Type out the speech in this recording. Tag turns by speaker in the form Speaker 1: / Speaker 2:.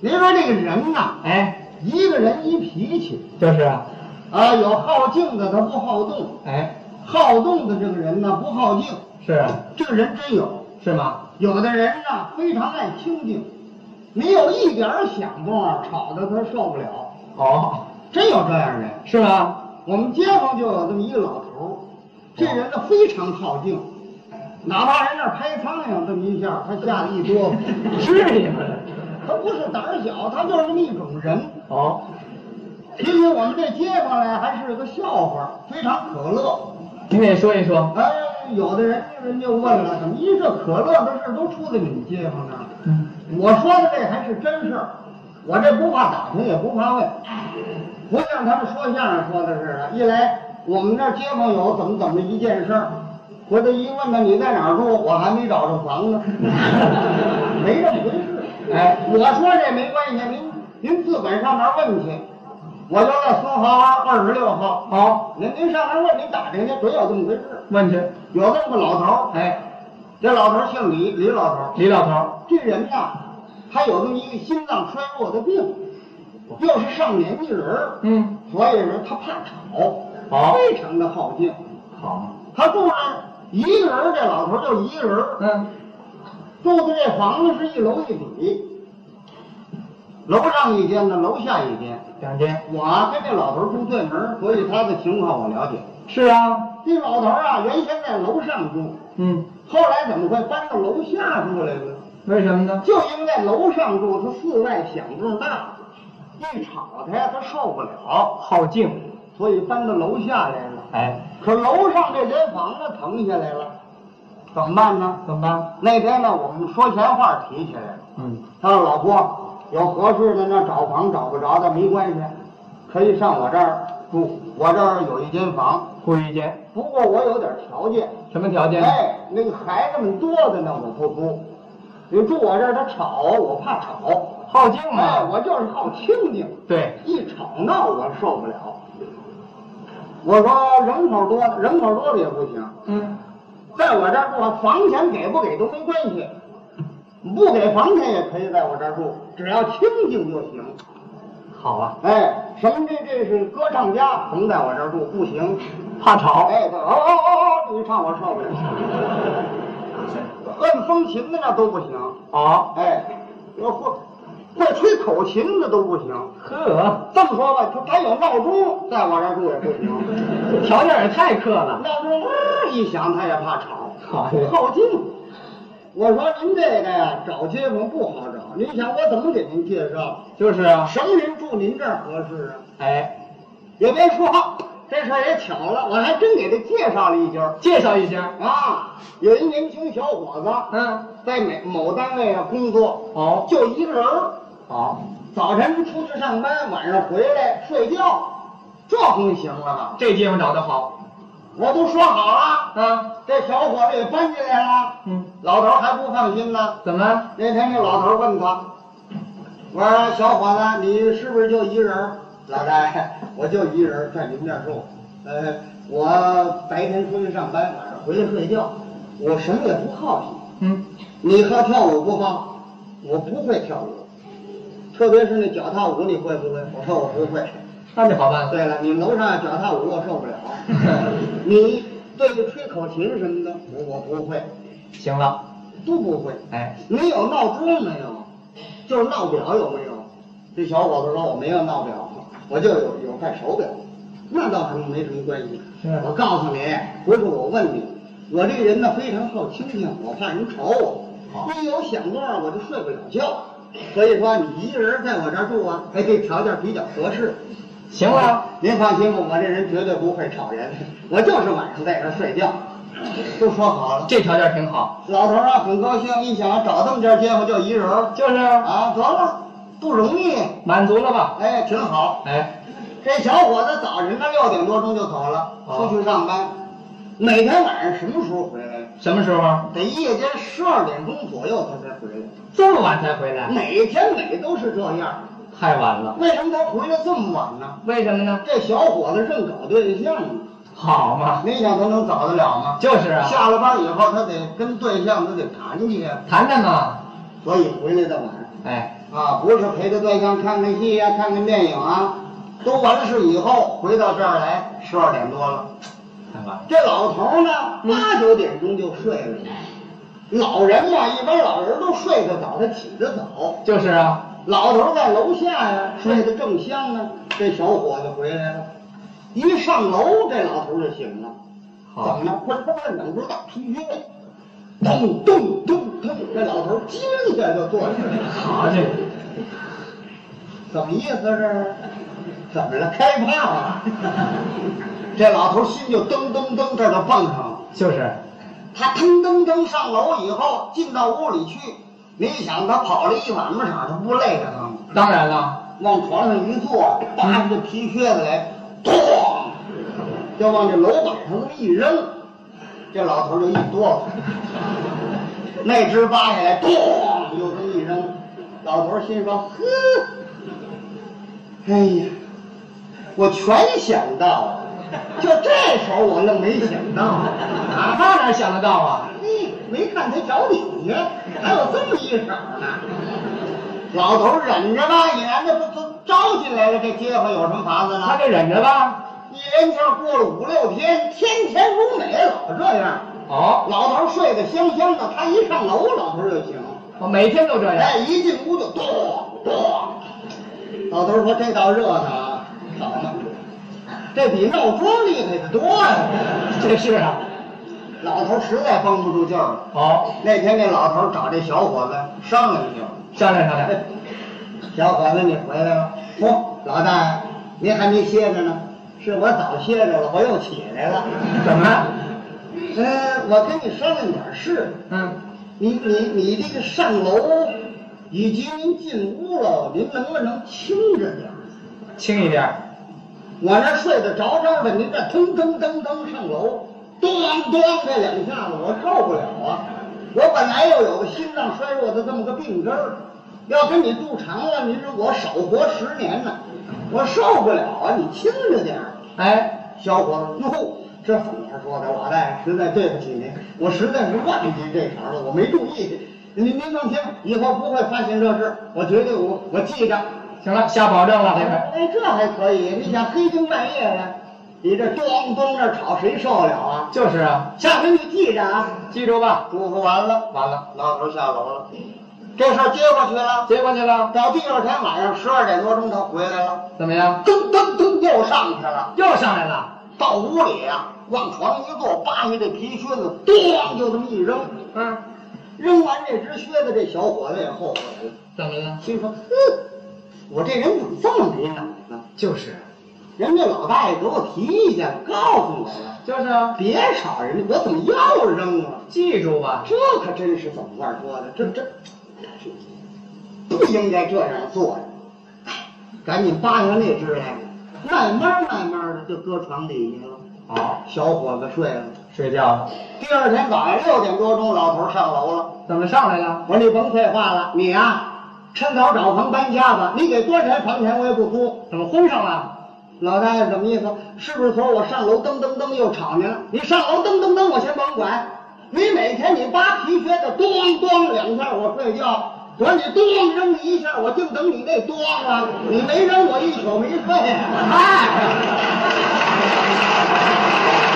Speaker 1: 您说这个人呐，
Speaker 2: 哎，
Speaker 1: 一个人一脾气，
Speaker 2: 就是啊，
Speaker 1: 啊，有好静的他不好动，
Speaker 2: 哎，
Speaker 1: 好动的这个人呢不好静，
Speaker 2: 是啊，
Speaker 1: 这个人真有。
Speaker 2: 是吗？
Speaker 1: 有的人呢非常爱清静，你有一点儿响动啊，吵得他受不了，
Speaker 2: 哦，
Speaker 1: 真有这样人。
Speaker 2: 是吗？
Speaker 1: 我们街坊就有这么一个老头儿，这人呢非常好静，哪怕人那儿拍苍蝇这么一下，他吓得一哆嗦。
Speaker 2: 至于吗？
Speaker 1: 他不是胆儿小，他就是这么一种人。
Speaker 2: 哦，
Speaker 1: 其实我们这街坊呢还是个笑话，非常可乐。
Speaker 2: 您得说一说。
Speaker 1: 哎，有的人人就问了，怎么一这可乐的事都出在你们街坊那儿？
Speaker 2: 嗯，
Speaker 1: 我说的这还是真事儿，我这不怕打听，也不怕问，不像他们说相声说的似的，一来我们那儿街坊有怎么怎么一件事儿，回头一问他你在哪儿住，我还没找着房呢，没这么回事。
Speaker 2: 哎
Speaker 1: 我说这没关系，您您自个儿上那儿问去，我就在松花湾二十六号，
Speaker 2: 好，
Speaker 1: 您您上那儿问，您打听去，准有这么回事。
Speaker 2: 问去。
Speaker 1: 有这么个老头儿，
Speaker 2: 哎，
Speaker 1: 这老头儿姓李，李老头儿。
Speaker 2: 李老头
Speaker 1: 这人呐，他有这么一个心脏衰弱的病，又是上年纪人儿
Speaker 2: 儿，，嗯，
Speaker 1: 所以说他怕吵，
Speaker 2: 好
Speaker 1: 非常的好静。
Speaker 2: 好嘛，
Speaker 1: 他住那一个人儿，这老头儿就一个人儿，
Speaker 2: 嗯，
Speaker 1: 住的这房子是一楼一底，楼上一间呢，楼下一间。
Speaker 2: 两间。
Speaker 1: 我啊跟这老头儿住对门儿，所以他的情况我了解。
Speaker 2: 是啊，
Speaker 1: 这老头儿啊，原先在楼上住，
Speaker 2: 嗯，
Speaker 1: 后来怎么会搬到楼下住来了？
Speaker 2: 为什么呢？
Speaker 1: 就因为在楼上住，他室外响动大，一吵他呀，他受不了，
Speaker 2: 好静。
Speaker 1: 所以搬到楼下来了。
Speaker 2: 哎，
Speaker 1: 可楼上这间房子腾下来了，怎么办呢？
Speaker 2: 怎么办？
Speaker 1: 那天呢，我们说闲话提起来了。
Speaker 2: 嗯，
Speaker 1: 他说：“老郭，有合适的那找房找不着的没关系，可以上我这儿住。我这儿有一间房，
Speaker 2: 住一间。
Speaker 1: 不过我有点条件。
Speaker 2: 什么条件？
Speaker 1: 哎，那个孩子们多的呢，我不租。你住我这儿，他吵，我怕吵。
Speaker 2: 好静啊
Speaker 1: 哎，
Speaker 2: 嘛。
Speaker 1: 我就是好清静，
Speaker 2: 对，
Speaker 1: 一吵闹我受不了。我说人口多，人口多了也不行，
Speaker 2: 嗯，
Speaker 1: 在我这儿住，房钱给不给都没关系，不给房钱也可以在我这儿住，只要清静就行。
Speaker 2: 好啊，
Speaker 1: 哎，什么这这是歌唱家，甭在我这儿住，不行。
Speaker 2: 怕吵。
Speaker 1: 哎，他哦哦哦哦，一唱我受 不了，摁风琴的那都不行。
Speaker 2: 好，
Speaker 1: 哎，要会会吹口琴的都不行。
Speaker 2: 呵，
Speaker 1: 这么说吧，他他有闹钟，在我这儿住也不行。
Speaker 2: 条件也太苛了。
Speaker 1: 闹钟嗡一响，他也怕吵，
Speaker 2: 好嘞
Speaker 1: 好静。我说您这个呀，找街坊不好找。您想我怎么给您介绍？
Speaker 2: 就是啊。
Speaker 1: 什么人住您这儿合适啊？
Speaker 2: 哎，
Speaker 1: 也别说，这事儿也巧了，我还真给他介绍了一家儿
Speaker 2: 介绍一下。
Speaker 1: 啊。有一年轻小伙子
Speaker 2: 嗯，
Speaker 1: 在某某单位啊工作，
Speaker 2: 好，
Speaker 1: 就一个人儿。
Speaker 2: 好，
Speaker 1: 早晨出去上班，晚上回来睡觉，这不行了吧？
Speaker 2: 这地方找的好。
Speaker 1: 我都说好了，
Speaker 2: 啊，
Speaker 1: 这小伙子也搬进来了，
Speaker 2: 嗯，
Speaker 1: 老头还不放心呢。
Speaker 2: 怎么？
Speaker 1: 那天这老头问他：“我说小伙子，你是不是就一人儿？”老大爷，我就一人儿在你们这儿住。呃，我白天出去上班，晚上回来睡觉，我什么也不好奇。
Speaker 2: 嗯，
Speaker 1: 你好跳舞不好？我不会跳舞，特别是那脚踏舞，你会不会？我说我不会。
Speaker 2: 那就好办了。
Speaker 1: 对了，你楼上脚踏舞我受不了。你对着吹口琴什么的，我我不会，
Speaker 2: 行了。
Speaker 1: 都不会。
Speaker 2: 哎，
Speaker 1: 你有闹钟没有？就是闹表有没有？这小伙子说我没有闹表，我就有有块手表，那倒什么没什么关系
Speaker 2: 是。
Speaker 1: 我告诉你，不是我问你，我这人呢非常好清静，我怕人吵我
Speaker 2: 好，
Speaker 1: 一有响动啊我就睡不了觉。所以说你一个人在我这儿住啊，哎，这条件比较合适。
Speaker 2: 行了。
Speaker 1: 您放心吧，我这人绝对不会吵人，我就是晚上在这儿睡觉，都说好了。
Speaker 2: 这条件挺好。
Speaker 1: 老头儿啊，很高兴，一想找这么家街坊就一人儿
Speaker 2: 就是
Speaker 1: 啊，得了，不容易，
Speaker 2: 满足了吧？
Speaker 1: 哎，挺好。
Speaker 2: 哎，
Speaker 1: 这小伙子早晨他六点多钟就走了，
Speaker 2: 哦
Speaker 1: 出去上班，每天晚上什么时候回来呀？
Speaker 2: 什么时候？
Speaker 1: 得夜间十二点钟左右他才回来，
Speaker 2: 这么晚才回来？
Speaker 1: 每天每都是这样。
Speaker 2: 太晚了。
Speaker 1: 为什么他回来这么晚呢？
Speaker 2: 为什么呢？
Speaker 1: 这小伙子正搞对象呢，
Speaker 2: 好嘛，
Speaker 1: 你想他能早得了吗？
Speaker 2: 就是啊，
Speaker 1: 下了班以后，他得跟对象，他得谈去呀，啊
Speaker 2: 谈谈嘛。
Speaker 1: 所以回来的晚。
Speaker 2: 哎，
Speaker 1: 啊，不是陪着对象看看戏啊，看看电影啊，都完事以后回到这儿来，十二点多了。
Speaker 2: 看看，
Speaker 1: 这老头儿呢，八九点钟就睡了。老人嘛，一般老人都睡得早，他起得早。
Speaker 2: 就是啊，
Speaker 1: 老头儿在楼下呀、睡得正香呢，这小伙子回来了，一上楼，这老头儿就醒了。
Speaker 2: 好
Speaker 1: 怎么了？我他妈忍不住打皮靴，咚咚咚咚，这老头儿惊一下就坐起来了。
Speaker 2: 好这个，
Speaker 1: 怎么意思是？怎么了？开炮了？ 这老头心就噔噔噔这儿就蹦上了。
Speaker 2: 就是，
Speaker 1: 他噔噔噔上楼以后，进到屋里去，你想他跑了一晚上，他不累着他吗？
Speaker 2: 当然了，
Speaker 1: 往床上一坐，扒着这皮靴子来，咣，就往这楼板上这么一扔，这老头就一哆嗦，那只扒下来，咣，又这么一扔，老头心说：呵，哎呀，我全想到了，就这时候我愣没想到
Speaker 2: 哪
Speaker 1: 啊。
Speaker 2: 怕哪想得到啊？
Speaker 1: 嘿，没看他脚底下还有这么一手呢。老头儿忍着吧，你看这不都招进来了，这街坊有什么法子
Speaker 2: 他
Speaker 1: 呢？
Speaker 2: 就忍着吧。
Speaker 1: 一连气儿过了五六天，天天如美，老这样。
Speaker 2: 哦，
Speaker 1: 老头儿睡得香香的，他一上楼，老头儿就醒。
Speaker 2: 我每天都这样
Speaker 1: 哎，。一进屋就咚咚。老头儿说：“这倒热闹啊，好嘛，这比闹钟厉害的多呀、
Speaker 2: 这是啊。
Speaker 1: 老头儿实在绷不住劲儿了。
Speaker 2: 哦，
Speaker 1: 那天那老头儿找这小伙子商量去了，哎
Speaker 2: 商量商量。
Speaker 1: 小伙子你回来了，嚯、老大爷，您还没歇着呢，是我早歇着了，我又起来了。
Speaker 2: 怎么？
Speaker 1: 嗯、我跟你商量点事，
Speaker 2: 嗯，
Speaker 1: 你你你这个上楼，以及您进屋了，您能不能轻着点儿？
Speaker 2: 轻一点。
Speaker 1: 我那睡得着着的，您这噔噔噔噔上楼，咚咚这两下子我受不了啊！我本来又有个心脏衰弱的这么个病根儿，要跟你住长了，您说我少活十年呢，我受不了啊！你轻着点儿。
Speaker 2: 哎，
Speaker 1: 小伙子，哟，这怎么说的？老大爷，实在对不起您，我实在是忘记这茬了，我没注意。您您放心，以后不会发生这事，我绝对我我记着。
Speaker 2: 行了，下保证了这回。
Speaker 1: 哎，这还可以。你想黑更半夜的，你这咣咚这吵，谁受得了啊？
Speaker 2: 就是啊，
Speaker 1: 下回你记着啊。
Speaker 2: 记住吧。
Speaker 1: 嘱咐完了，
Speaker 2: 完了，
Speaker 1: 老头下楼了，这事儿接过去了。
Speaker 2: 接过去了，
Speaker 1: 到第二天晚上十二点多钟，他回来了，
Speaker 2: 怎么样？
Speaker 1: 噔噔噔又上去了。
Speaker 2: 又上来了。
Speaker 1: 到屋里啊，往床上一坐，扒下这皮靴子，咣就这么一扔。
Speaker 2: 嗯，
Speaker 1: 扔完这只靴子，这小伙子也后悔了，
Speaker 2: 怎么了？
Speaker 1: 心说：哼，我这人怎么这么没脑子？
Speaker 2: 就是，啊
Speaker 1: 人家老大爷给我提意见，告诉我了，
Speaker 2: 就是啊，
Speaker 1: 别吵人家，我怎么又扔了？
Speaker 2: 记住吧。
Speaker 1: 这可真是怎么话说的，这这这不应该这样做呀！哎，赶紧扒下那只来，慢慢慢慢的就搁床底下了。
Speaker 2: 好，
Speaker 1: 小伙子睡了。
Speaker 2: 睡觉了。
Speaker 1: 第二天早上六点多钟，老头上楼了。
Speaker 2: 怎么上来了？
Speaker 1: 我说你甭废话了，你呀、趁早找房搬家吧。你给多少钱房钱我也不租。
Speaker 2: 怎么轰上了？
Speaker 1: 老大爷什么意思？是不是说我上楼噔噔噔又吵您了？你上楼噔噔噔，我先甭管。你每天你扒皮靴子咚咚两下我睡觉，我说你咚扔你一下，我净等你那咚啊！你没扔我一宿没睡。嗨、